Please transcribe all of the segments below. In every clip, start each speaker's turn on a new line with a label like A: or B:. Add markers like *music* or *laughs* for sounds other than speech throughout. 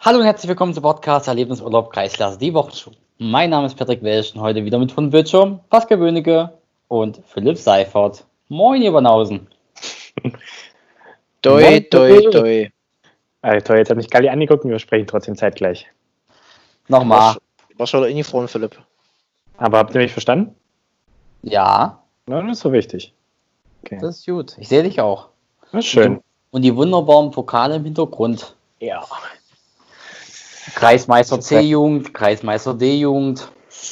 A: Hallo und herzlich willkommen zum Podcast Erlebnisurlaub Kreisklasse, die Wochenshow. Mein Name ist Patrick Welsch und heute wieder mit von Bildschirm, Pascal Böhnecke und Philipp Seifert. Moin, ihr Banausen.
B: Doi, doi, doi.
C: Alter, Also, jetzt hat mich Galli angeguckt und wir sprechen trotzdem zeitgleich.
A: Nochmal.
B: Was schon Uniform, Philipp?
C: Aber habt ihr mich verstanden?
A: Ja,
C: Na, das ist so wichtig. Okay.
A: das ist gut. Ich sehe dich auch.
C: Das ist schön.
A: Und die wunderbaren Pokale im Hintergrund.
C: Ja.
A: Kreismeister C-Jugend, Kreismeister D-Jugend.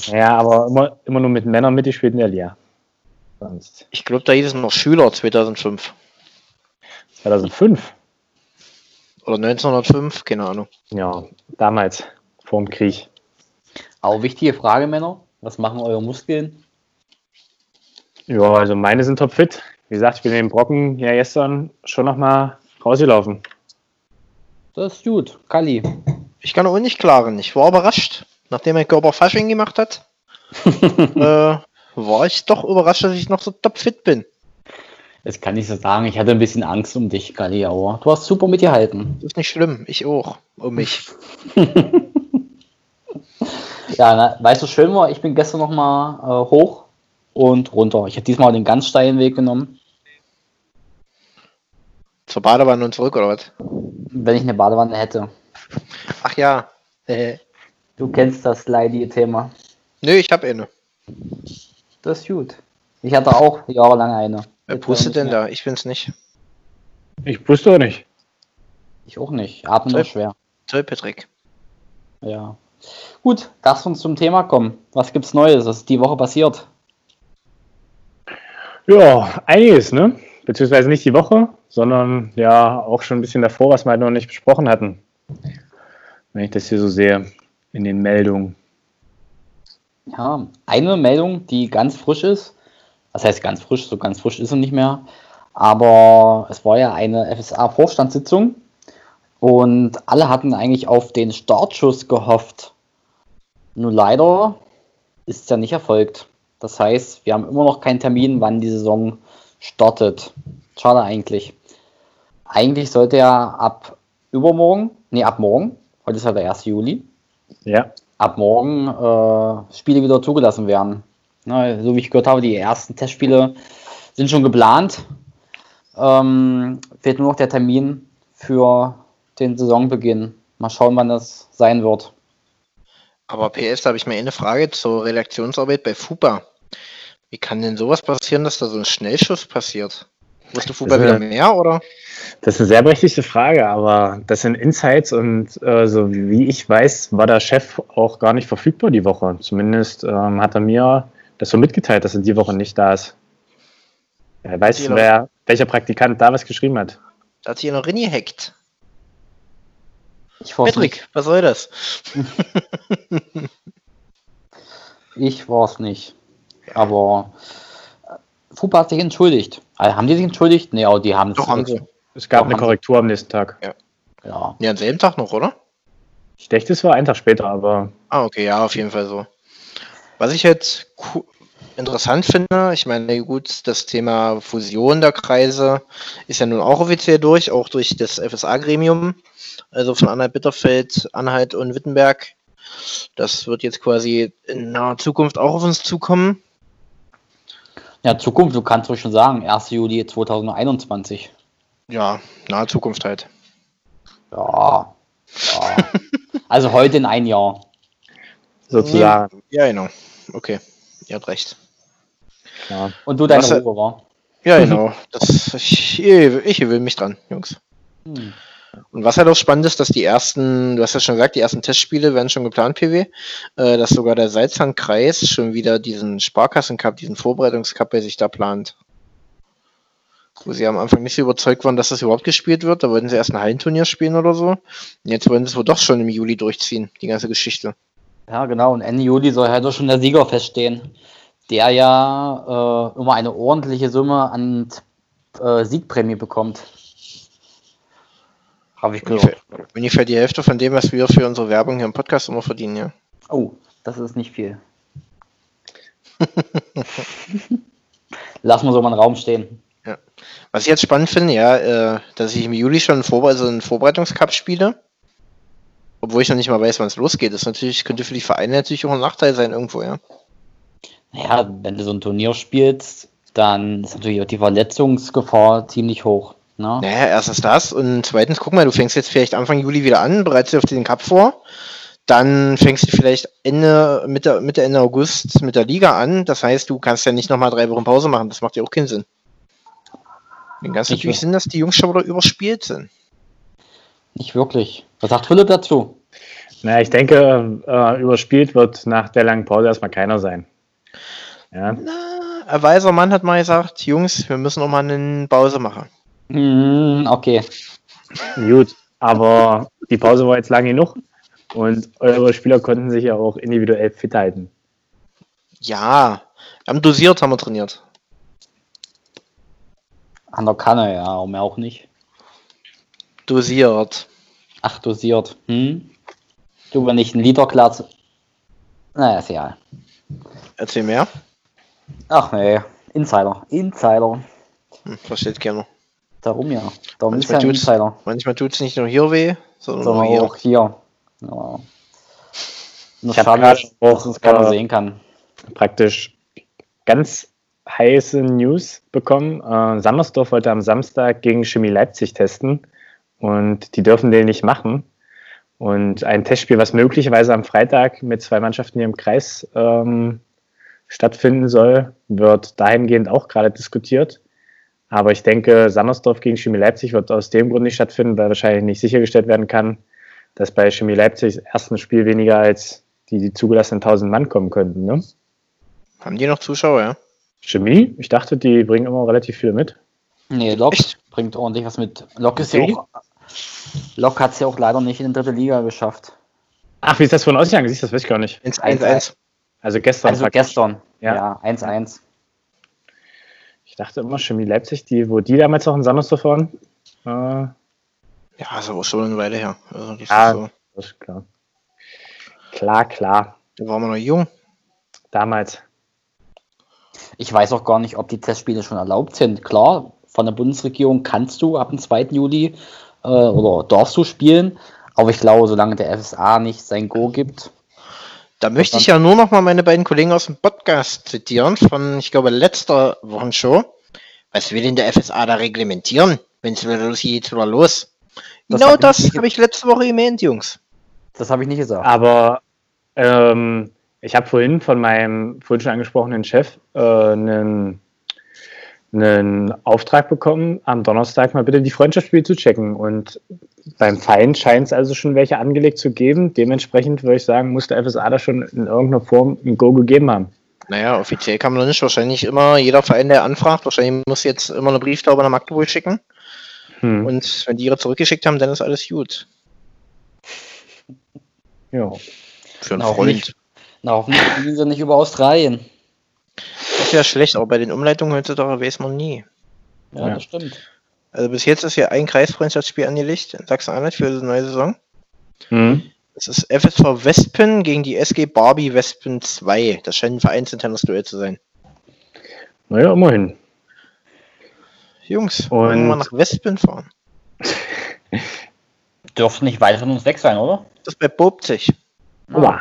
C: Ja, aber immer, immer nur mit Männern mitgespielt in der Liga. Sonst
B: Ich glaube, da hieß es noch Schüler 2005
C: 2005.
B: oder 1905, keine Ahnung.
C: Ja, damals, vor dem Krieg.
A: Aber wichtige Frage, Männer. Was machen eure Muskeln?
C: Ja, also meine sind topfit. Wie gesagt, ich bin in den Brocken ja gestern schon nochmal rausgelaufen.
A: Das ist gut. Kali.
B: Ich kann auch nicht klagen. Ich war überrascht. Nachdem mein Körper Fasching gemacht hat, äh, war ich doch überrascht, dass ich noch so topfit bin.
A: Das kann ich so sagen. Ich hatte ein bisschen Angst um dich, Kali, aber du hast super mitgehalten.
B: Ist nicht schlimm. Ich auch. Um mich.
A: Ja, na, weißt du, schön war, ich bin gestern nochmal äh, hoch und runter. Ich habe diesmal den ganz steilen Weg genommen.
B: Zur Badewanne und zurück, oder was?
A: Wenn ich eine Badewanne hätte.
B: Ach ja. Äh,
A: Du kennst das leidige Thema.
B: nö, ich hab eh eine.
A: Das ist gut. Ich hatte auch jahrelang eine.
B: Wer
A: Jetzt
B: pustet
A: leider
B: denn
A: nicht mehr.
B: da? Ich bin's nicht.
C: Ich wusste auch nicht.
A: Ich auch nicht. Atmen ist schwer.
B: Toll, Patrick.
A: Ja. Gut, lass uns zum Thema kommen. Was gibt's Neues? Was ist die Woche passiert?
C: Ja, einiges, ne? Beziehungsweise nicht die Woche, sondern ja auch schon ein bisschen davor, was wir halt noch nicht besprochen hatten. Wenn ich das hier so sehe, in den Meldungen.
A: Ja, eine Meldung, die ganz frisch ist. Das heißt ganz frisch, so ganz frisch ist sie nicht mehr. Aber es war ja eine FSA-Vorstandssitzung und alle hatten eigentlich auf den Startschuss gehofft. Nur leider ist es ja nicht erfolgt. Das heißt, wir haben immer noch keinen Termin, wann die Saison startet. Schade eigentlich. Eigentlich sollte ja ab übermorgen, nee, ab morgen, heute ist ja der 1. Juli,
C: Ja,
A: ab morgen äh, Spiele wieder zugelassen werden. Na, so wie ich gehört habe, die ersten Testspiele sind schon geplant. Ähm, fehlt nur noch der Termin für den Saisonbeginn. Mal schauen, wann das sein wird.
B: Aber PS, da habe ich mal eine Frage zur Redaktionsarbeit bei FUPA. Wie kann denn sowas passieren, dass da so ein Schnellschuss passiert? Wusste FUPA
C: Das ist
B: wieder
C: eine-
B: mehr, oder?
C: das ist eine sehr berechtigte Frage, aber das sind Insights und äh, so wie ich weiß, war der Chef auch gar nicht verfügbar die Woche. Zumindest ähm, hat er mir das so mitgeteilt, dass er die Woche nicht da ist. Er weiß,
B: Genau.
C: wer, welcher Praktikant da was geschrieben hat.
B: Da hat sich einer reingehackt.
A: Ich war's
B: Patrick, was soll das?
A: nicht. Ich war's nicht. Aber äh, Fupa hat sich entschuldigt. Also, haben die sich entschuldigt? Nee, aber die haben
B: Doch, haben sie.
C: Es gab
A: Doch,
C: eine
A: haben sie-
C: Korrektur am nächsten Tag.
A: Ja.
B: Ja, am selben Tag noch, oder?
C: Ich dachte, es war ein Tag später, aber
B: Ah, okay, ja, auf jeden Fall so. Was ich jetzt ku- interessant finde, ich meine, gut, das Thema Fusion der Kreise ist ja nun auch offiziell durch, auch durch das FSA-Gremium, also von Anhalt-Bitterfeld, Anhalt und Wittenberg. Das wird jetzt quasi in naher Zukunft auch auf uns zukommen.
A: ja, Zukunft, du kannst ruhig schon sagen, 1. Juli 2021.
B: Ja, nahe Zukunft halt.
A: Ja.
B: *laughs*
A: ja. also heute in ein Jahr.
C: sozusagen.
B: Ja, genau. Okay, ihr habt recht.
C: Ja.
A: Und du deine
B: Was, äh,
A: Ruhe, war.
B: Ja, genau. Das, ich, ich will mich dran, Jungs.
A: Hm.
B: Und was halt auch spannend ist, dass die ersten, du hast ja schon gesagt, die ersten Testspiele werden schon geplant, PW, äh, dass sogar der Salzhangkreis schon wieder diesen Sparkassencup, diesen Vorbereitungscup bei sich da plant. Wo sie am Anfang nicht so überzeugt waren, dass das überhaupt gespielt wird. Da wollten sie erst ein Hallenturnier spielen oder so. Und jetzt wollen sie es wohl doch schon im Juli durchziehen, die ganze Geschichte.
A: Ja, genau. Und Ende Juli soll halt auch schon der Sieger feststehen, der ja äh, immer eine ordentliche Summe an äh, Siegprämie bekommt. Habe ich gehört.
B: Ungefähr die Hälfte von dem, was wir für unsere Werbung hier im Podcast immer verdienen, ja.
A: Oh, das ist nicht viel. Lass mal so mal einen Raum stehen.
B: Was ich jetzt spannend finde, ja, äh, dass ich im Juli schon einen, Vorbe also einen Vorbereitungscup spiele. obwohl ich noch nicht mal weiß, wann es losgeht, ist natürlich, könnte für die Vereine natürlich auch ein Nachteil sein irgendwo, ja.
A: Naja, wenn du so ein Turnier spielst, dann ist natürlich auch die Verletzungsgefahr ziemlich hoch. Ne?
B: Naja, erstens das und zweitens, guck mal, du fängst jetzt vielleicht Anfang Juli wieder an, bereitest dich auf den Cup vor, dann fängst du vielleicht Ende, Mitte, Mitte, Ende August mit der Liga an, das heißt, du kannst ja nicht nochmal drei Wochen Pause machen, das macht ja auch keinen Sinn. Den ganz
A: Nicht
B: natürlich
A: wahr.
B: Sinn, dass die Jungs schon wieder überspielt sind.
A: Nicht wirklich. Was sagt Philipp dazu?
C: Naja, ich denke, äh, überspielt wird nach der langen Pause erstmal keiner sein. Ja,
B: Na, ein weiser Mann hat mal gesagt, Jungs, wir müssen auch mal eine Pause machen.
A: Hm, okay.
C: gut. Aber die Pause war jetzt lang genug und eure Spieler konnten sich ja auch individuell fit halten.
B: Ja, wir haben dosiert, haben wir trainiert.
A: An der Kanne, ja, warum auch nicht.
B: Dosiert.
A: Ach, dosiert. Hm? Du, wenn ich ein Literglas. Naja, ist egal.
B: Erzähl mehr.
A: Ach nee, Insider. Insider.
B: Hm, versteht keiner.
A: Darum ja. Darum ist ja
B: Manchmal
A: ein
B: tut's,
A: Insider.
B: manchmal tut's nicht nur hier weh, sondern
A: Sondern
B: auch hier.
A: auch hier. Ja. Nur
C: Ich hab
A: schade,
C: gerade
A: dass uns keiner
C: auch, äh,
A: sehen kann.
C: Praktisch ganz heiße News bekommen. Äh, Sandersdorf wollte am Samstag gegen Chemie Leipzig testen und die dürfen den nicht machen. Und ein Testspiel, was möglicherweise am Freitag mit zwei Mannschaften hier im Kreis ähm, stattfinden soll, wird dahingehend auch gerade diskutiert. Aber ich denke, Sandersdorf gegen Chemie Leipzig wird aus dem Grund nicht stattfinden, weil wahrscheinlich nicht sichergestellt werden kann, dass bei Chemie Leipzigs ersten Spiel weniger als die, die zugelassenen 1000 Mann kommen könnten. Ne?
B: Haben die noch Zuschauer, ja?
C: Chemie? Ich dachte, die bringen immer relativ viel mit.
A: Nee, Lok
B: Echt?
A: bringt ordentlich was mit. Lok ist ja
C: Okay.
A: auch. Lok hat es ja auch leider nicht in die dritte Liga geschafft.
C: Ach, wie ist das von ausgegangen? Siehst du, das weiß ich gar nicht.
B: Ins
A: 1-1.
B: 1-1.
C: Also gestern.
A: Also
C: praktisch.
A: gestern.
C: Ja.
A: Ja, 1-1.
C: Ich dachte immer, Chemie Leipzig, die, wo die damals noch in Sandersdorf waren. Äh,
B: Ja, ist aber schon eine Weile her. Also, das
C: Ja.
B: ist so.
C: das ist klar. Klar, klar.
B: Da waren wir noch jung.
C: Damals.
A: Ich weiß auch gar nicht, ob die Testspiele schon erlaubt sind. Klar, von der Bundesregierung kannst du ab dem 2. Juli äh, oder darfst du spielen, aber ich glaube, solange der FSA nicht sein Go gibt,
B: Da möchte ich ja nur noch mal meine beiden Kollegen aus dem Podcast zitieren, von, ich glaube, letzter Wochenshow. Was will denn der FSA da reglementieren? Wenn es wieder losgeht, wieder los.
A: Das
B: genau
A: hab ich
B: das
A: nicht-
B: habe ich letzte Woche gemeint, Jungs.
A: das habe ich nicht gesagt.
C: Aber ähm, ich habe vorhin von meinem vorhin schon angesprochenen Chef äh, einen, einen Auftrag bekommen, am Donnerstag mal bitte die Freundschaftsspiele zu checken. Und beim Feind scheint es also schon welche angelegt zu geben. Dementsprechend würde ich sagen, muss der FSA da schon in irgendeiner Form ein Go gegeben haben.
B: Naja, offiziell kann man noch nicht. Wahrscheinlich immer jeder Verein, der anfragt, wahrscheinlich muss jetzt immer eine Brieftaube nach Magdeburg schicken.
C: Hm.
B: Und wenn die ihre zurückgeschickt haben, dann ist alles gut.
C: ja.
B: Für einen
A: Na,
B: Freund.
A: hoffentlich- Na, hoffentlich spielen sie nicht über Australien.
B: Das wäre schlecht, aber bei den Umleitungen heutzutage weiß man nie.
A: Ja,
C: Ja.
A: das stimmt.
B: Also bis jetzt ist ja ein Kreisfreundschaftsspiel angelegt in Sachsen-Anhalt für die neue Saison.
C: Hm.
B: Das ist FSV Wespen gegen die SG Barbie Wespen 2. Das scheint ein vereinsinternes Duell zu sein.
C: Naja, immerhin.
B: Jungs,
C: Und-
B: wollen wir mal nach Wespen fahren?
A: Dürfte nicht weit von uns weg sein, oder?
B: Das ist bei Bobzig.
C: Oha,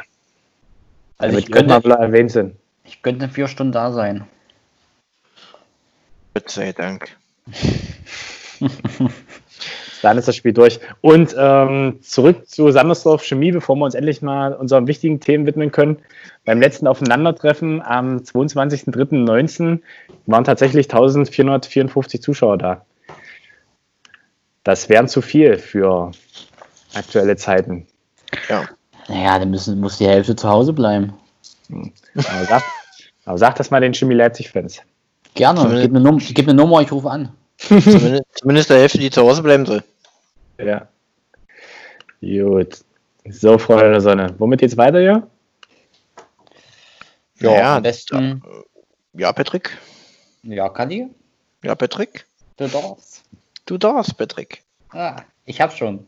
A: Also ich
C: damit könnte
A: könnte,
C: man wieder erwähnt sind.
A: ich könnte in vier Stunden da sein.
B: Gott sei Dank.
C: Dann ist das Spiel durch. Und ähm, zurück zu Sandersdorf Chemie, bevor wir uns endlich mal unseren wichtigen Themen widmen können. Beim letzten Aufeinandertreffen am 22.03.19 waren tatsächlich 1454 Zuschauer da. Das wären zu viel für aktuelle Zeiten.
B: Ja.
A: Naja, dann müssen, muss die Hälfte zu Hause bleiben.
C: Aber sag, aber sag das mal den Chemie Leipzig-Fans.
A: Gerne,
B: Zumindest-
A: gib eine, Num gib eine Nummer, ich rufe an.
B: zumindest, zumindest der Hälfte, die zu Hause bleiben soll.
C: Ja. Gut. So, Freunde der Sonne. Womit geht's weiter, ja?
A: Ja,
B: Ja,
A: am besten.
B: Ja, Patrick.
A: Ja, Kadi,
B: Ja, Patrick.
A: du darfst.
B: Du darfst, Patrick.
A: Ah, ich hab schon.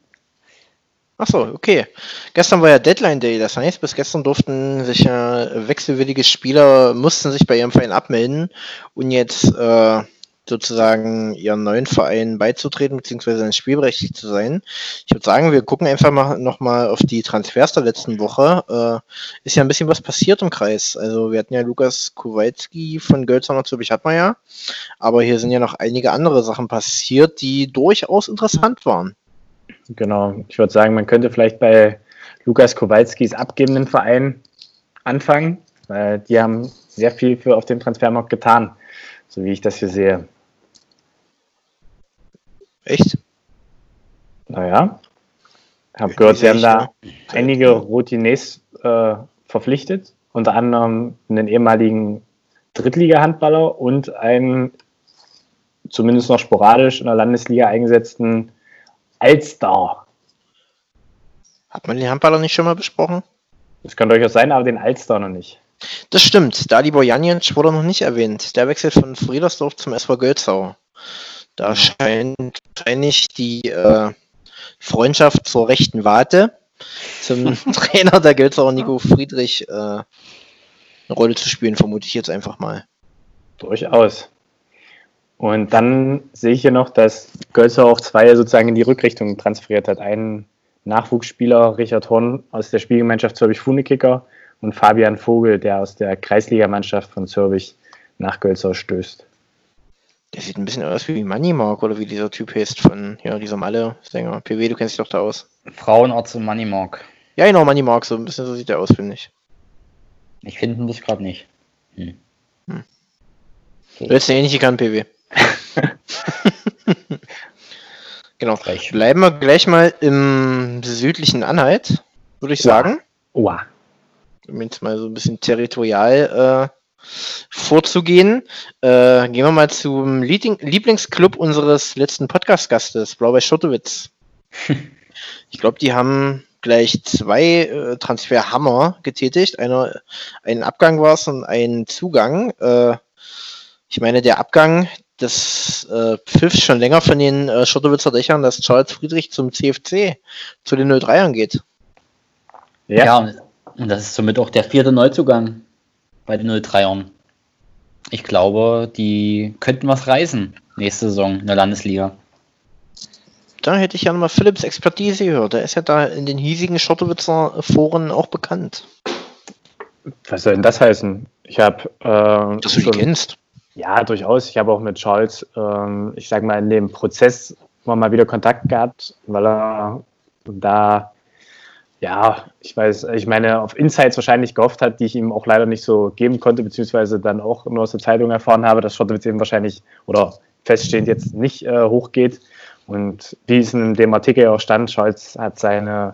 B: Achso, okay. Gestern war ja Deadline Day, das heißt, bis gestern durften sich äh, wechselwillige Spieler, mussten sich bei ihrem Verein abmelden und jetzt äh, sozusagen ihren neuen Verein beizutreten, beziehungsweise dann spielberechtigt zu sein. Ich würde sagen, wir gucken einfach mal nochmal auf die Transfers der letzten Woche. Äh, ist ja ein bisschen was passiert im Kreis. Also wir hatten ja Lukas Kowalski von Gölzhauer zu hat man ja. Aber hier sind ja noch einige andere Sachen passiert, die durchaus interessant waren.
C: Genau. Ich würde sagen, man könnte vielleicht bei Lukas Kowalskis abgebenden Verein anfangen, weil die haben sehr viel für auf dem Transfermarkt getan, so wie ich das hier sehe.
B: Echt?
C: Naja, habe
B: Ich
C: gehört, sie
B: sehe
C: haben
B: ich,
C: da einige
B: Hm.
C: Routines äh, verpflichtet, unter anderem einen ehemaligen Drittliga-Handballer und einen zumindest noch sporadisch in der Landesliga eingesetzten Allstar.
B: Hat man den Handballer nicht schon mal besprochen?
C: Das könnte durchaus sein, aber den Allstar noch nicht.
B: Das stimmt. Dalibor Janjenc wurde noch nicht erwähnt. Der wechselt von Friedersdorf zum SV Gölzau. Da scheint wahrscheinlich die äh, Freundschaft zur rechten Warte
C: *laughs*
B: zum Trainer der Gölzauer Nico Friedrich äh, eine Rolle zu spielen, vermute ich jetzt einfach mal.
C: Durchaus. Und dann sehe ich hier noch, dass Gölzer auch zwei sozusagen in die Rückrichtung transferiert hat. Einen Nachwuchsspieler, Richard Horn aus der Spielgemeinschaft Zürich Funekicker und Fabian Vogel, der aus der Kreisligamannschaft von Zürich nach Gölzer stößt.
B: Der sieht ein bisschen aus wie Money Mark oder wie dieser Typ heißt von ja, dieser Malle-Sänger. PW, du kennst dich doch da aus.
A: Frauenarzt und Money Mark.
B: Ja, genau, Money Mark, so ein bisschen so sieht er aus, finde ich.
A: Ich finde ihn bloß gerade nicht. Hm.
B: Hm. Du
A: Okay.
B: hättest den eh nicht gekannt, PW. *laughs* genau.
A: Frech.
B: Bleiben wir gleich mal im südlichen Anhalt, würde ich sagen.
C: Oha.
B: Um jetzt mal so ein bisschen territorial äh, vorzugehen. Äh, gehen wir mal zum Lieting- Lieblingsclub unseres letzten Podcast-Gastes, Blaubeer Schottowitz. ich glaube, die haben gleich zwei äh, Transferhammer getätigt. Einer, ein Abgang war es und ein Zugang. Äh, ich meine, der Abgang, das äh, pfiff schon länger von den äh, Schottowitzer Dächern, dass Charles Friedrich zum CFC, zu den 03ern geht.
A: Ja. und- und das ist somit auch der vierte Neuzugang bei den 03ern. Ich glaube, die könnten was reißen nächste Saison in der Landesliga.
B: Da hätte ich ja nochmal Philips Expertise gehört. Der ist ja da in den hiesigen Schottowitzer Foren auch bekannt.
C: Was soll denn das heißen? Ich habe. Äh,
B: Dass du die
C: schon-
B: kennst.
C: Ja, durchaus. Ich habe auch mit Charles, ähm, ich sag mal, in dem Prozess immer mal wieder Kontakt gehabt, weil er da, ja, ich weiß, ich meine, auf Insights wahrscheinlich gehofft hat, die ich ihm auch leider nicht so geben konnte, beziehungsweise dann auch nur aus der Zeitung erfahren habe, dass Schottowitz eben wahrscheinlich oder feststehend jetzt nicht äh, hochgeht. Und wie es in dem Artikel ja auch stand, Scholz hat seine,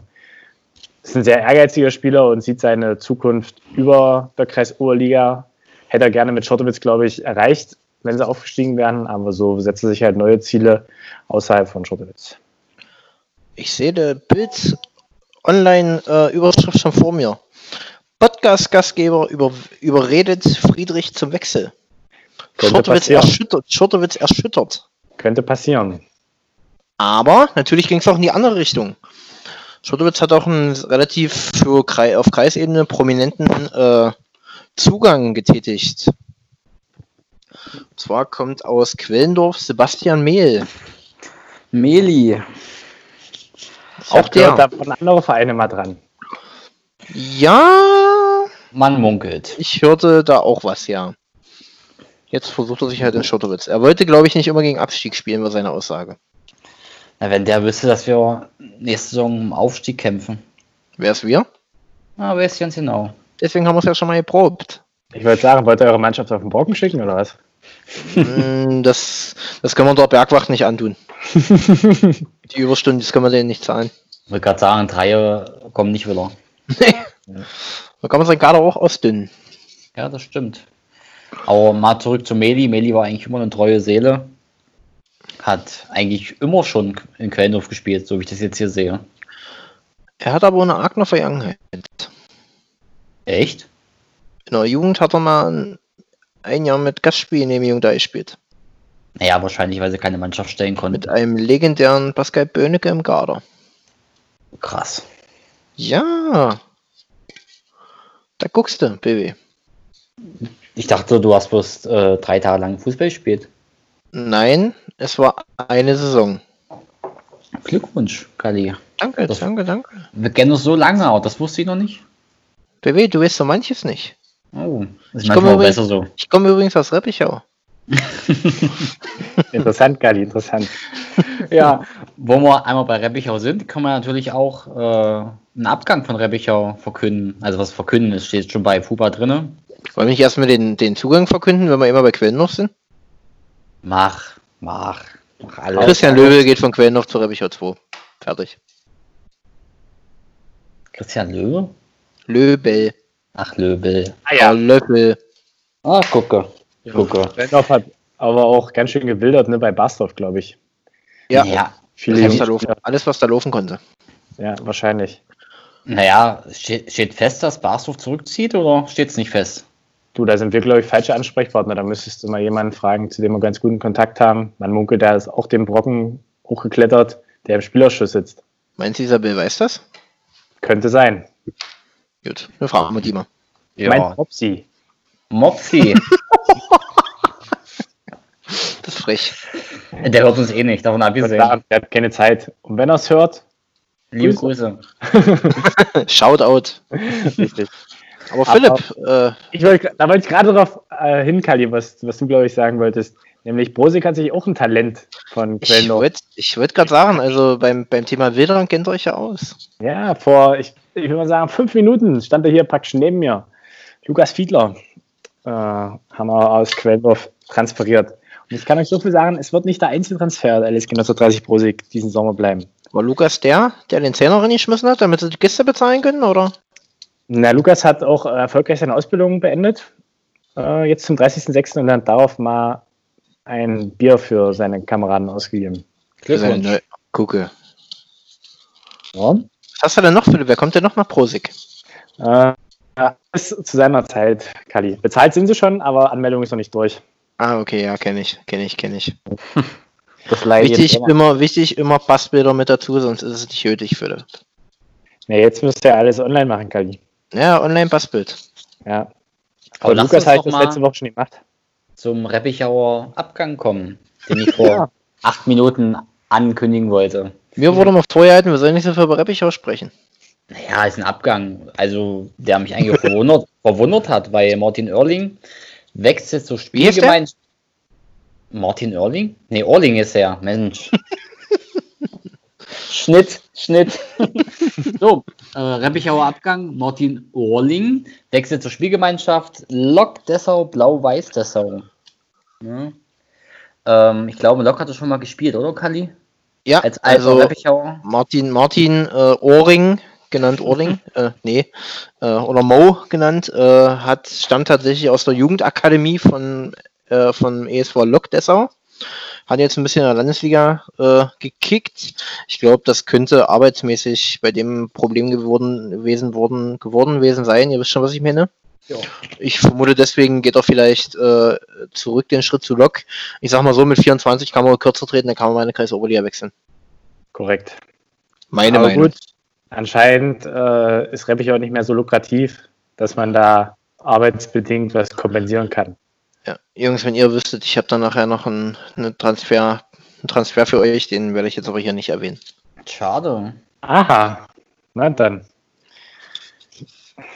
C: ist ein sehr ehrgeiziger Spieler und sieht seine Zukunft über der Kreisoberliga hätte er gerne mit Schottowitz, glaube ich, erreicht, wenn sie aufgestiegen wären. Aber so setzen sich halt neue Ziele außerhalb von Schottowitz.
B: Ich sehe der Bild online äh, Überschrift schon vor mir. Podcast-Gastgeber über, überredet Friedrich zum Wechsel.
C: Könnte
B: Schottowitz
C: passieren.
B: erschüttert, Schottowitz erschüttert.
C: Könnte passieren.
B: Aber natürlich ging es auch in die andere Richtung. Schottowitz hat auch einen relativ für Krei auf Kreisebene prominenten äh, Zugang getätigt. Und zwar kommt aus Quellendorf Sebastian Mehl.
A: Meli.
B: Auch
C: Der.
B: der.
C: Da waren andere Vereine mal dran.
B: Ja,
A: Man munkelt.
B: ich hörte da auch was, ja. Jetzt versucht er sich halt in Schottowitz. Er wollte, glaube ich, nicht immer gegen Abstieg spielen, war seine Aussage.
A: Na, wenn der wüsste, dass wir nächste Saison um Aufstieg kämpfen.
B: Wer ist wir?
A: Na, weiß ich ganz genau.
B: Deswegen haben wir es ja schon mal geprobt.
C: Ich würde sagen, wollt ihr eure Mannschaft auf den Brocken schicken oder was?
B: Mm, das, das können wir der Bergwacht nicht antun. Die Überstunden, das können wir denen nicht zahlen.
A: Ich wollte gerade sagen, drei kommen nicht wieder.
B: Da kann man seinen Kader auch ausdünnen.
A: Ja, das stimmt. Aber mal zurück zu Meli. Meli war eigentlich immer eine treue Seele. Hat eigentlich immer schon in Quellendorf gespielt, so wie ich das jetzt hier sehe.
B: Er hat aber eine Agner Vergangenheit.
A: Echt?
B: In der Jugend hat er mal ein, ein Jahr mit Gastspielgenehmigung da gespielt.
A: Naja, wahrscheinlich, weil sie keine Mannschaft stellen
B: Mit
A: konnten.
B: einem legendären Pascal Böhnecke im Kader.
A: Krass.
B: Ja. Da guckst du, BW.
A: Ich dachte, du hast bloß äh, drei Tage lang Fußball gespielt.
B: Nein, es war eine Saison.
A: Glückwunsch, Kali.
B: Danke,
A: Das-
B: danke, danke.
A: Wir kennen uns so lange, aber das wusste ich noch nicht.
B: BW, du weißt so manches nicht.
A: Oh, das ist
B: Ich komme
A: manchmal
B: übrigens-
A: besser so.
B: Ich komme übrigens aus Reppichau.
C: *laughs* Interessant, Gali, interessant.
A: Ja, *laughs* wo wir einmal bei Reppichau sind, kann man natürlich auch äh, einen Abgang von Reppichau verkünden. Also was verkünden ist, steht schon bei Fuba drinne.
B: Wollen wir nicht erstmal den, den Zugang verkünden, wenn wir immer bei Quellenhof sind?
A: Mach, mach, mach alles.
B: Christian Löwe geht von Quellenhof zu Reppichau 2. Fertig.
A: Christian Löwe?
B: Löbel.
A: Ach, Löbel.
C: Ah
B: Ja, Löffel.
A: Ah, gucke, gucke.
C: Wendorf hat aber auch ganz schön gewildert, ne, bei Bastorf, glaube ich.
B: Ja,
C: Viele
B: alles, was
C: junge
B: da laufen,
C: Spieler.
B: alles, was da laufen konnte.
C: Ja, wahrscheinlich.
A: Naja, steht, steht fest, dass Barstow zurückzieht oder steht es nicht fest?
C: Du, da sind wir, glaube ich, falsche Ansprechpartner. Da müsstest du mal jemanden fragen, zu dem wir ganz guten Kontakt haben. Man munkelt, der ist auch den Brocken hochgeklettert, der im Spielerschuss sitzt.
B: Meinst du, Isabel weiß das?
C: Könnte sein.
B: Gut, dann fragen wir die mal.
C: Mein Popsi. *laughs*
A: Mopsi,
B: Das ist frech. *laughs*
A: der hört uns eh nicht, davon abgesehen.
C: Der Also hat keine Zeit. Und wenn er es hört,
A: Liebe Grüße.
B: Shoutout.
C: richtig.
B: Aber
C: Aber-
B: Philipp, äh,
C: Ich wollt, da wollte ich gerade darauf äh, hin, Kali, was, was du, glaube ich, sagen wolltest. Nämlich, Brosig hat sich auch ein Talent von
B: ich
C: Quellendorf.
B: wollte ich wollt gerade sagen, also beim, beim Thema Wildrang kennt ihr euch ja aus.
C: Ja, vor, ich, ich würde mal sagen, fünf Minuten stand er hier praktisch neben mir. Lukas Fiedler äh, haben wir aus Quellendorf transferiert. Und ich kann euch so viel sagen, es wird nicht der einzige Transfer der LSG 1930 Brosig diesen Sommer bleiben.
B: War Lukas der, der den Zehner reingeschmissen hat, damit sie die Kiste bezahlen können, oder?
C: Na, Lukas hat auch äh, erfolgreich seine Ausbildung beendet. Äh, jetzt zum 30.06. und hat darauf mal ein Bier für seine Kameraden ausgegeben.
B: Seine neue- Gucke.
C: Ja.
B: Was hast du denn noch, Philipp? Wer kommt denn noch nach Prosig?
C: Äh, alles zu seiner Zeit, Kali. Bezahlt sind sie schon, aber Anmeldung ist noch nicht durch.
B: Ah, okay, ja, kenne ich, kenne ich, kenne ich.
C: Das leider
B: Wichtig
C: jetzt immer.
B: immer, wichtig immer Passbilder mit dazu, sonst ist es nicht nötig, Philipp.
C: Nee, jetzt müsst ihr alles online machen, Kali.
B: Ja, Online-Passbild.
C: Ja.
A: Aber
C: Aber
A: lass uns
C: Lukas hat
A: doch
C: das
A: mal-
C: letzte Woche schon gemacht.
A: Zum Reppichauer Abgang kommen, den ich vor
C: Ja.
A: acht Minuten ankündigen wollte.
B: Mir wurde mal vorgehalten, wir sollen nicht so viel über Reppichau sprechen.
A: Naja, ist ein Abgang. Also, der mich
B: *laughs*
A: eigentlich verwundert, verwundert hat, weil Martin Oerling wächst jetzt zur
B: Wie heißt der?
A: Spielgemeinschaft. Martin Oerling? Nee, Oerling ist er,
B: *laughs*
A: Mensch. Schnitt,
B: *laughs*
A: Schnitt. so, äh, Reppichauer Abgang, Martin Oerling wechselt zur Spielgemeinschaft Lok Dessau, Blau-Weiß Dessau. Ja. Ähm, ich glaube, Lok hatte schon mal gespielt, oder Kali?
B: Ja,
A: Als alter
B: also
A: Reppichauer.
B: Martin, Martin äh, Ohring, genannt Ohring, äh, nee, äh, oder Mo genannt, äh, hat, stammt tatsächlich aus der Jugendakademie von, äh, von ESV Lok Dessau. Hat jetzt ein bisschen in der Landesliga äh, gekickt. Ich glaube, das könnte arbeitsmäßig bei dem Problem geworden, gewesen, worden, geworden gewesen sein. Ihr wisst schon, was ich meine.
A: Ja.
B: Ich vermute, deswegen geht er vielleicht äh, zurück den Schritt zu Lok. Ich sag mal so, mit 24 kann man kürzer treten, dann kann man meine Kreisoberliga wechseln.
C: Korrekt.
B: Meine
C: aber
B: Meinung.
C: gut, anscheinend äh, ist Reppich auch nicht mehr so lukrativ, dass man da arbeitsbedingt was kompensieren kann.
B: Ja, Jungs, wenn ihr wüsstet, ich habe dann nachher noch einen, einen Transfer, einen Transfer für euch, den werde ich jetzt aber hier nicht erwähnen.
A: Schade.
C: Aha. Na dann.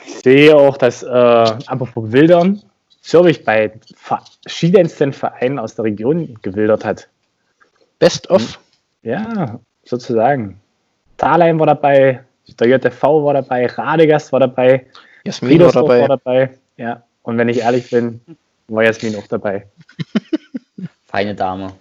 C: Ich sehe auch, dass, äh, apropos Wildern, Zürich bei verschiedensten Vereinen aus der Region gewildert hat.
B: Best
C: Hm.
B: of.
C: Ja, sozusagen. Thalheim war dabei, der JTV war dabei, Radegast war dabei,
B: Jasmin war
C: Friedersdorf
B: dabei.
C: war dabei. Ja, und wenn ich ehrlich bin, war Jasmin auch dabei.
A: Feine Dame.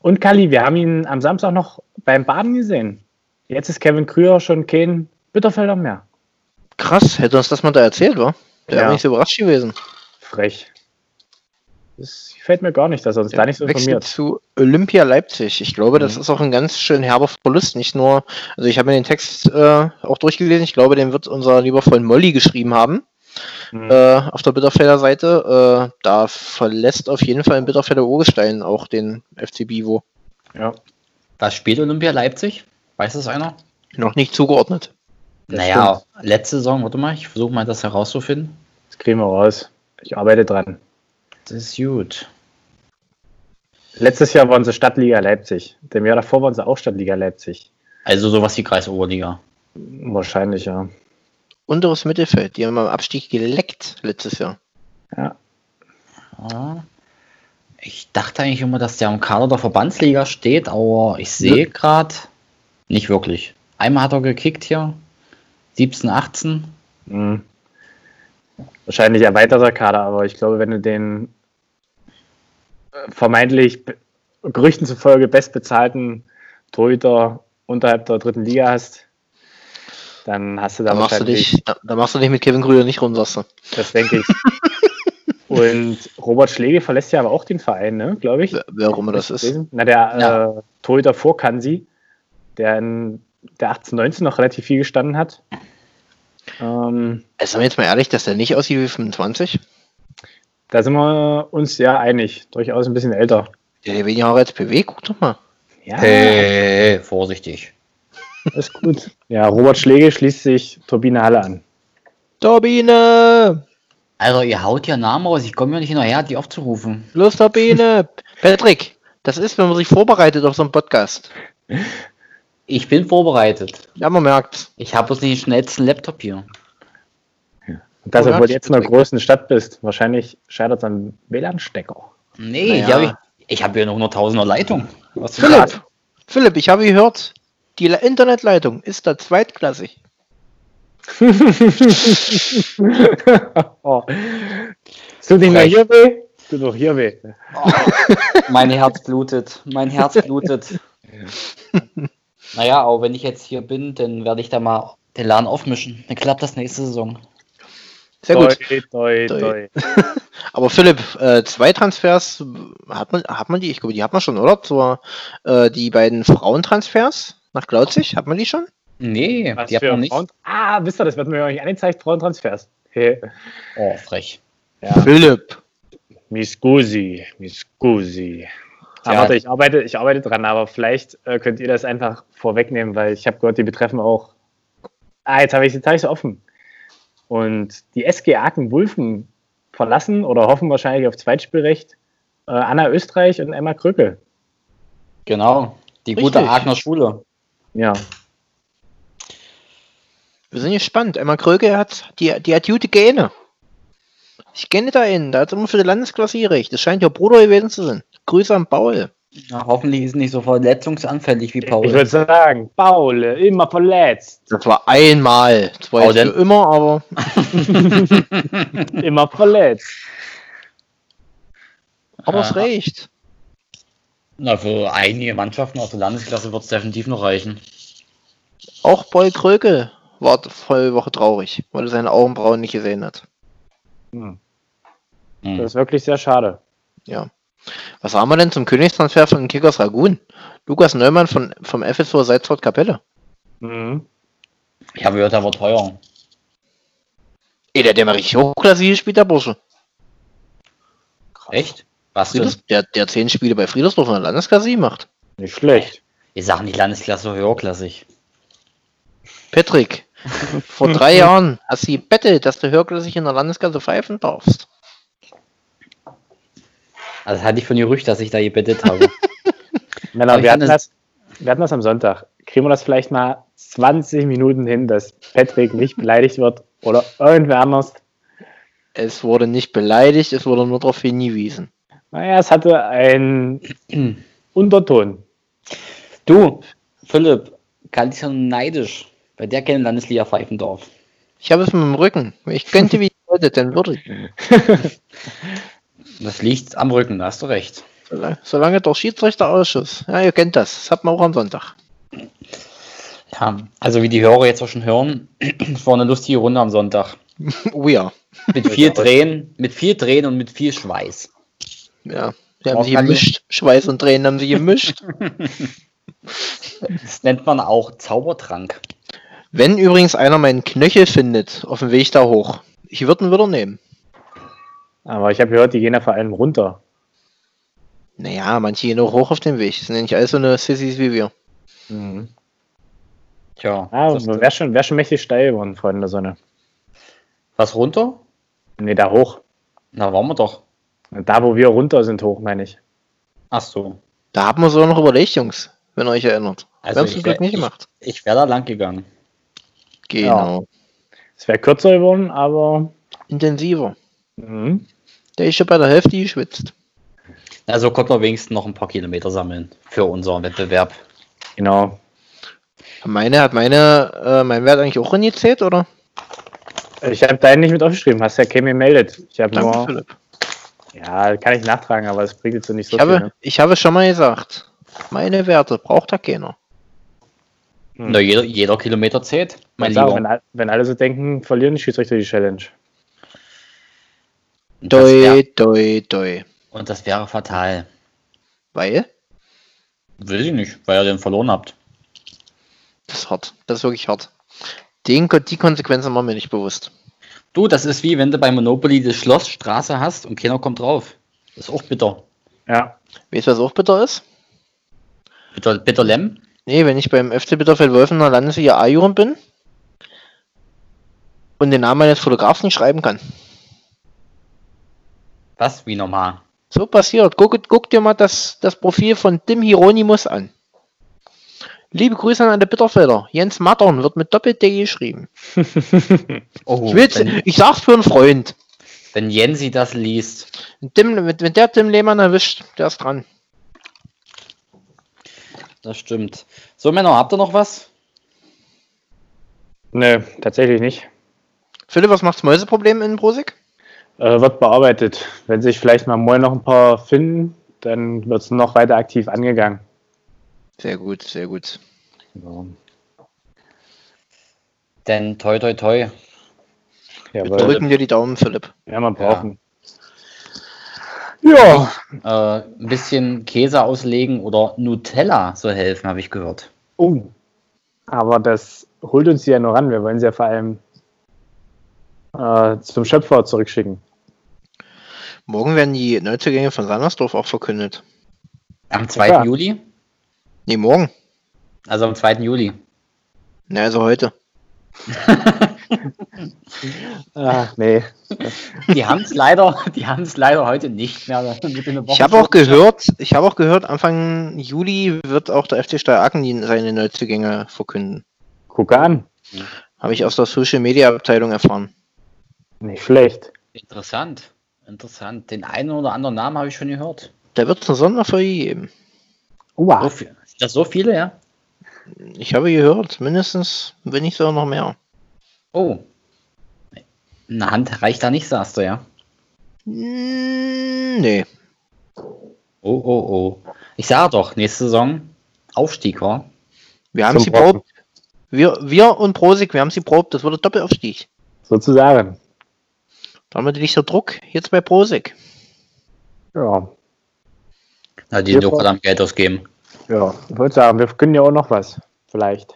C: Und Kali, wir haben ihn am Samstag noch beim Baden gesehen. Jetzt ist Kevin Krüger schon kein Bitterfelder mehr.
B: Krass, hätte uns das mal da erzählt, war? Der
C: Ja.
B: wäre nicht so überrascht gewesen.
C: Frech. Das gefällt mir gar nicht, dass er uns da nicht so
B: Wechsel
C: informiert.
B: zu Olympia Leipzig. Ich glaube, das
C: Mhm.
B: ist auch ein ganz schön herber Verlust. Nicht nur, also ich habe mir den Text äh, auch durchgelesen. Ich glaube, den wird unser lieber Freund Molly geschrieben haben.
C: Hm.
B: äh, auf der Bitterfelder Seite. Äh, da verlässt auf jeden Fall in Bitterfelder Urgestein auch den FC Bivo.
C: Äh. Ja.
A: Was spielt Olympia Leipzig? Weiß das einer?
B: Noch nicht zugeordnet.
A: naja, letzte Saison, warte mal, ich versuche mal das herauszufinden.
C: Das kriegen wir raus. Ich arbeite dran.
A: Das ist gut.
C: Letztes Jahr waren sie Stadtliga Leipzig. Dem Jahr davor waren sie auch Stadtliga Leipzig.
A: Also sowas wie Kreisoberliga.
C: Wahrscheinlich, ja.
B: Unteres Mittelfeld, die haben am Abstieg geleckt letztes Jahr.
C: Ja,
A: Ja. Ich dachte eigentlich immer, dass der im Kader der Verbandsliga steht, aber ich sehe gerade nicht wirklich. Einmal hat er gekickt hier. 17, 18.
C: Mhm. Wahrscheinlich erweiterter Kader, aber ich glaube, wenn du den äh, vermeintlich be- Gerüchten zufolge bestbezahlten Torhüter unterhalb der dritten Liga hast, dann hast du da
B: Da machst du
C: wahrscheinlich,
B: dich, da, da machst du dich mit Kevin Krüger nicht rum, sagst du.
C: das denke ich. Und Robert Schlegel verlässt ja aber auch den Verein, ne, glaube ich.
B: Wer, wer auch immer das ist.
C: Na, der
A: Ja.
C: äh, Torhüter vor Kansi, der in der 18-19 noch relativ viel gestanden hat. Ähm,
B: Also sagen wir jetzt mal ehrlich, dass der nicht aussieht wie 25.
C: Da sind wir uns ja einig. Durchaus ein bisschen älter.
B: Der hat ja weniger Haare als PW, guck doch mal.
C: Ja,
A: Hey, Ah, vorsichtig.
C: ist gut. Ja, Robert Schlegel schließt sich Turbine Halle an.
B: Turbine!
A: Also ihr haut ja Namen raus, ich komme ja nicht hinterher, die aufzurufen.
B: Los, Turbine! *laughs* Patrick, das ist, wenn man sich vorbereitet auf so einen Podcast.
A: Ich bin vorbereitet.
B: Ja, man merkt's.
A: Ich habe bloß nicht den schnellsten Laptop hier.
C: Und das,
B: Oh,
C: obwohl
B: das
C: du jetzt in einer
B: ist
C: großen Stadt bist. Wahrscheinlich scheitert es am WLAN-Stecker.
A: Nee, die
B: Naja.
A: hab ich, ich habe ja eine 100.000er Leitung. Was für
B: Philipp! Philipp, ich habe gehört, die Le- Internetleitung ist da zweitklassig.
C: *laughs* oh. Tut nicht nur
B: Frech.
C: hier weh, tut doch hier weh.
A: *laughs*
D: Mein Herz blutet. Mein Herz
A: *laughs*
D: blutet.
A: Naja, aber wenn ich jetzt hier bin, dann werde ich da mal den Laden aufmischen. Dann klappt das nächste Saison.
B: Sehr gut.
C: Toi, toi, toi.
B: Toi. Aber Philipp, äh, zwei Transfers hat man, hat man die? Ich glaube, die hat man schon, oder? Zur, äh, die beiden Frauentransfers nach Glauzig, hat man die schon?
A: Nee,
C: Was
A: die hat
C: für
A: man nicht.
C: Frauen- Ah, wisst ihr, das wird mir ja nicht angezeigt, Frauentransfers. Hey.
A: Oh, frech.
C: Ja.
B: Philipp.
C: Mi scusi, mi scusi. Ah,
A: Ja.
C: warte, ich arbeite, ich arbeite dran, aber vielleicht äh, könnt ihr das einfach vorwegnehmen, weil ich habe gehört, die betreffen auch. Ah, jetzt habe ich jetzt hab ich's offen. Und die SG Aachen-Wulfen verlassen oder hoffen wahrscheinlich auf Zweitspielrecht äh, Anna Österreich und Emma Krücke.
A: Genau. Die gute
B: Richtig.
A: Agner Schule.
C: Ja,
B: Wir sind gespannt. Emma Kröge hat, die, die hat gute Gene. Ich kenne da einen, der hat immer für die Landesklasse gerecht. Das scheint ihr Bruder gewesen zu sein. Grüße an Paul.
A: Na, hoffentlich ist nicht so verletzungsanfällig wie
C: ich
A: Paul.
C: würde sagen, Paule, immer verletzt,
B: Das war einmal. Das war
A: Oh,
B: jetzt
A: denn-
B: für immer, aber
C: immer verletzt.
B: aber es reicht.
A: Na, für einige Mannschaften aus der Landesklasse wird es definitiv noch reichen.
B: Auch Paul Kröge war voll Woche traurig, weil er seine Augenbrauen nicht gesehen hat.
C: Hm.
A: Hm.
C: Das ist wirklich sehr schade.
B: Ja. Was haben wir denn zum Königstransfer von Kickers Ragun? Lukas Neumann von, vom FSV Salzford Kapelle.
C: Mhm.
A: Ich habe gehört, er war teuer.
B: Ey, der, der mal richtig hochklassig gespielt, der Bursche.
A: Echt? Was denn?
B: Frieders, der, der zehn Spiele bei Friedersdorf in der Landesklasse gemacht.
C: Nicht schlecht.
A: Ich sage nicht Landesklasse, höherklassig.
B: Patrick, vor drei Jahren hast du gebettelt, dass du höherklassig in der Landesklasse pfeifen darfst.
A: Also das hatte ich von Gerücht, dass ich da gebettet habe. Aber
C: Männer,
A: ich
C: wir hatten,
A: finde
C: das, wir hatten das am Sonntag. Kriegen wir das vielleicht mal 20 Minuten hin, dass Patrick nicht beleidigt wird oder irgendwer anders?
B: Es wurde nicht beleidigt, es wurde nur darauf hingewiesen.
C: Naja, es hatte einen Unterton.
A: du, Philipp, kann ich schon neidisch, bei der keine Landesliga pfeifen darf.
B: Ich habe es mit dem Rücken. Ich könnte wie ich wollte, dann würde ich.
A: Das liegt am Rücken, da hast du recht.
B: Solange, solange der Schiedsrichterausschuss. Ja, ihr kennt das. Das hat man auch am Sonntag. *laughs*
A: Ja, also wie die Hörer jetzt auch schon hören, *clears throat* es war eine lustige Runde am Sonntag.
B: Oh ja.
A: Mit viel Tränen, mit viel Tränen und mit viel Schweiß.
B: Ja, die haben
A: Auch
B: sie
A: alle.
B: gemischt. Schweiß und Tränen haben sie gemischt.
A: Das nennt man auch Zaubertrank.
B: Wenn übrigens einer meinen Knöchel findet, auf dem Weg da hoch, ich würde ihn wieder nehmen.
C: Aber ich habe gehört, die gehen da vor allem runter.
B: Naja, manche gehen auch hoch auf dem Weg. Das sind ja nicht alles so eine Sissys wie wir.
A: Tja,
C: Ah,
A: das-
C: wäre schon, wär schon mächtig steil geworden, Freunde der Sonne.
A: was runter?
C: Nee, da hoch.
A: Na, waren wir doch.
C: Da, wo wir runter sind, hoch, meine ich.
A: Ach so.
B: Da haben wir uns aber noch überlegt, Jungs, wenn ihr euch erinnert. wir
A: Also
B: haben es
A: ich,
B: zum Glück nicht gemacht.
A: ich wäre da lang gegangen.
B: Genau.
C: Es wäre kürzer geworden, aber. mhm,
B: Intensiver.
C: Mh.
B: Der ist schon bei der Hälfte geschwitzt.
A: Also konnten wir wenigstens noch ein paar Kilometer sammeln für unseren Wettbewerb.
C: Genau.
B: Meine hat meine, äh, mein Wert eigentlich auch reingezählt, oder?
C: Ich habe deinen nicht mit aufgeschrieben, hast ja keinen gemeldet. Ich habe
B: Danke,
C: nur.
B: Philipp.
C: Ja, kann ich nachtragen, aber es bringt jetzt so nicht so
B: Ich habe,
C: ne?
B: ich habe es schon mal gesagt. Meine Werte braucht da keiner.
C: Hm.
A: Na, jeder, jeder Kilometer zählt, mein
C: Ich sag, wenn,
A: Lieber.
C: al- wenn alle so denken, verlieren die Schiedsrichter die Challenge.
A: Und das
B: Doi,
A: wär,
B: doi, doi.
A: und das wäre fatal.
B: Weil?
A: Will ich nicht, weil ihr den verloren habt.
B: Das ist hart. Das ist wirklich hart. Den, die Konsequenzen waren mir nicht bewusst.
A: Du, das ist wie wenn du bei Monopoly die Schlossstraße hast und keiner kommt drauf. Das ist auch bitter.
C: Ja.
B: Weißt du, was auch bitter ist?
A: Bitter, bitter Lemm?
B: Nee, wenn ich beim FC Bitterfeld Wolfener Landesliga A-Jugend bin und den Namen meines Fotografen nicht schreiben kann.
A: Was? Wie normal?
B: So passiert. Guck, guck dir mal das, das Profil von Tim Hieronymus an. Liebe Grüße an alle Bitterfelder. Jens Mattern wird mit Doppel-D geschrieben.
A: Oh,
B: Ich, will's,
A: wenn,
B: ich sag's für einen Freund.
A: wenn Jensi das liest.
B: Tim, wenn wenn der Tim Lehmann erwischt, der ist dran.
A: Das stimmt. So, Männer, habt ihr noch was?
C: Nö, tatsächlich nicht.
B: Philipp, was macht's Mäuseproblem in Prosig?
C: Äh, wird bearbeitet. Wenn sich vielleicht mal morgen noch ein paar finden, dann wird es noch weiter aktiv angegangen.
B: Sehr gut, sehr gut.
A: Denn toi, toi, toi.
C: Ja,
B: Wir
C: weil,
B: drücken dir die Daumen, Philipp.
C: ja man brauchen. Ja.
A: Äh, ein bisschen Käse auslegen oder Nutella soll helfen, habe ich gehört.
C: Oh. Aber das holt uns ja nur ran. Wir wollen sie ja vor allem äh, zum Schöpfer zurückschicken.
B: Morgen werden die Neuzugänge von Sandersdorf auch verkündet.
A: Am 2.
C: Ja.
A: Juli?
B: Nee, morgen.
A: Also am 2. Juli.
B: Na, also heute.
C: Ach, nee.
A: Die haben es leider, *laughs* die haben es leider heute nicht mehr. mit in der Woche
B: Ich habe auch gehört, ich habe auch gehört, Anfang Juli wird auch der FC Steyr-Aachen die- seine Neuzugänge verkünden.
C: Guck an.
B: Habe ich aus der Social Media Abteilung erfahren.
C: Nicht schlecht.
A: Interessant. Interessant. Den einen oder anderen Namen habe ich schon gehört.
B: Da wird es eine Sonderfolge geben.
A: So
C: Uah.
A: viel, sind das so viele, ja?
B: Ich habe gehört, mindestens, wenn nicht sogar noch mehr.
A: Oh. Eine Hand reicht da nicht, sagst du, ja?
B: Mm, Nee.
A: Oh, oh, oh. Ich sage doch, nächste Saison Aufstieg, war.
B: Wir haben
C: Zum
B: sie
C: Brocken.
B: probt. Wir, wir und Prosig, wir haben sie probt. Das wurde Doppelaufstieg.
C: Sozusagen.
B: Damit liegt der Druck jetzt bei Prosig.
C: Ja.
A: Na, die
C: Wir
A: doch
C: brauchen-
A: verdammt Geld ausgeben.
C: Ja. Ich wollte sagen, wir können ja auch noch was. Vielleicht.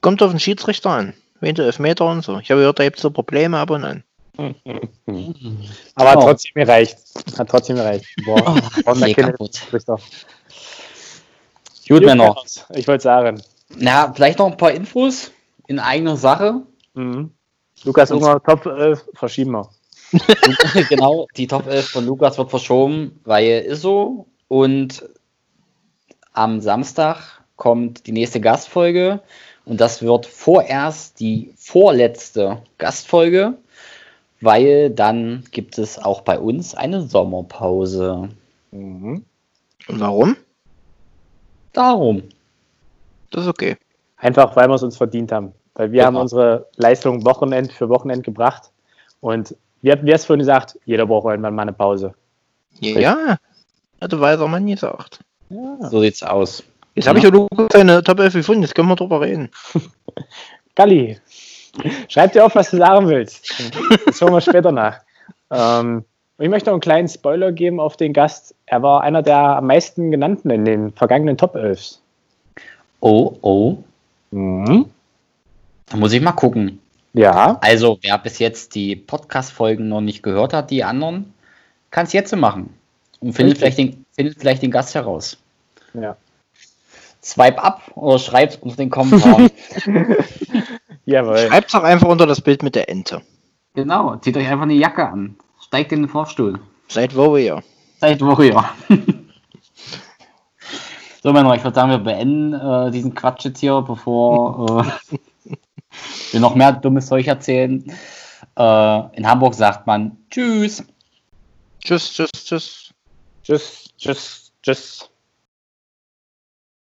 B: Kommt auf den Schiedsrichter an. Wen der Elfmeter und so. Ich habe gehört, da gibt es so Probleme ab und an.
C: Aber
A: Genau. Oh,
C: trotzdem gereicht. Hat trotzdem
A: *laughs*
C: gereicht. Boah. Brauchen wir
A: Nee,
C: keine
A: kaputt.
C: Schiedsrichter.
A: Gut, Männer.
C: Ich wollte sagen.
A: Na, vielleicht noch ein paar Infos in eigener Sache.
C: Mhm. Lukas
A: Und-
C: Unger, Top 11, verschieben wir.
A: *laughs* genau, die Top 11 von Lukas wird verschoben, weil ist so. Und am Samstag kommt die nächste Gastfolge. Und das wird vorerst die vorletzte Gastfolge, weil dann gibt es auch bei uns eine Sommerpause.
C: Mhm.
B: Und warum?
A: Darum.
B: Das ist okay.
C: Einfach, weil wir es uns verdient haben. Weil wir
A: Genau.
C: haben unsere Leistung Wochenend für Wochenend gebracht. Und wir hatten es vorhin gesagt, jeder braucht irgendwann mal eine Pause.
B: Ja, hat der weiser Mann gesagt.
A: So sieht's aus.
B: Jetzt habe ich ja Lukas seine Top 11 gefunden, jetzt können wir drüber reden.
C: Galli, schreib dir auf, was du sagen willst. Das hören wir später nach. Ähm, und ich möchte noch einen kleinen Spoiler geben auf den Gast. Er war einer der am meisten genannten in den vergangenen Top 11s.
A: Oh, oh.
C: Mhm.
A: Da muss ich mal gucken.
C: Ja,
A: Also, wer bis jetzt die Podcast-Folgen noch nicht gehört hat, die anderen, kann es jetzt so machen. Und findet
C: Richtig.
A: vielleicht, den, findet vielleicht den Gast heraus.
C: ja.
A: Swipe ab oder schreibt uns in den *laughs* Kommentaren.
C: Jawohl.
B: Schreibt doch einfach unter das Bild mit der Ente.
A: genau, zieht euch einfach eine Jacke an. Steigt in den Vorstuhl.
B: Seit Warrior.
A: Seit Woche, ja. *laughs* so, mein Roy, ich würde sagen, wir beenden äh, diesen Quatsch jetzt hier, bevor *laughs* äh, wir noch mehr dummes Zeug erzählen. Äh, in Hamburg sagt man Tschüss.
B: Tschüss, tschüss, tschüss.
C: Tschüss, tschüss, tschüss.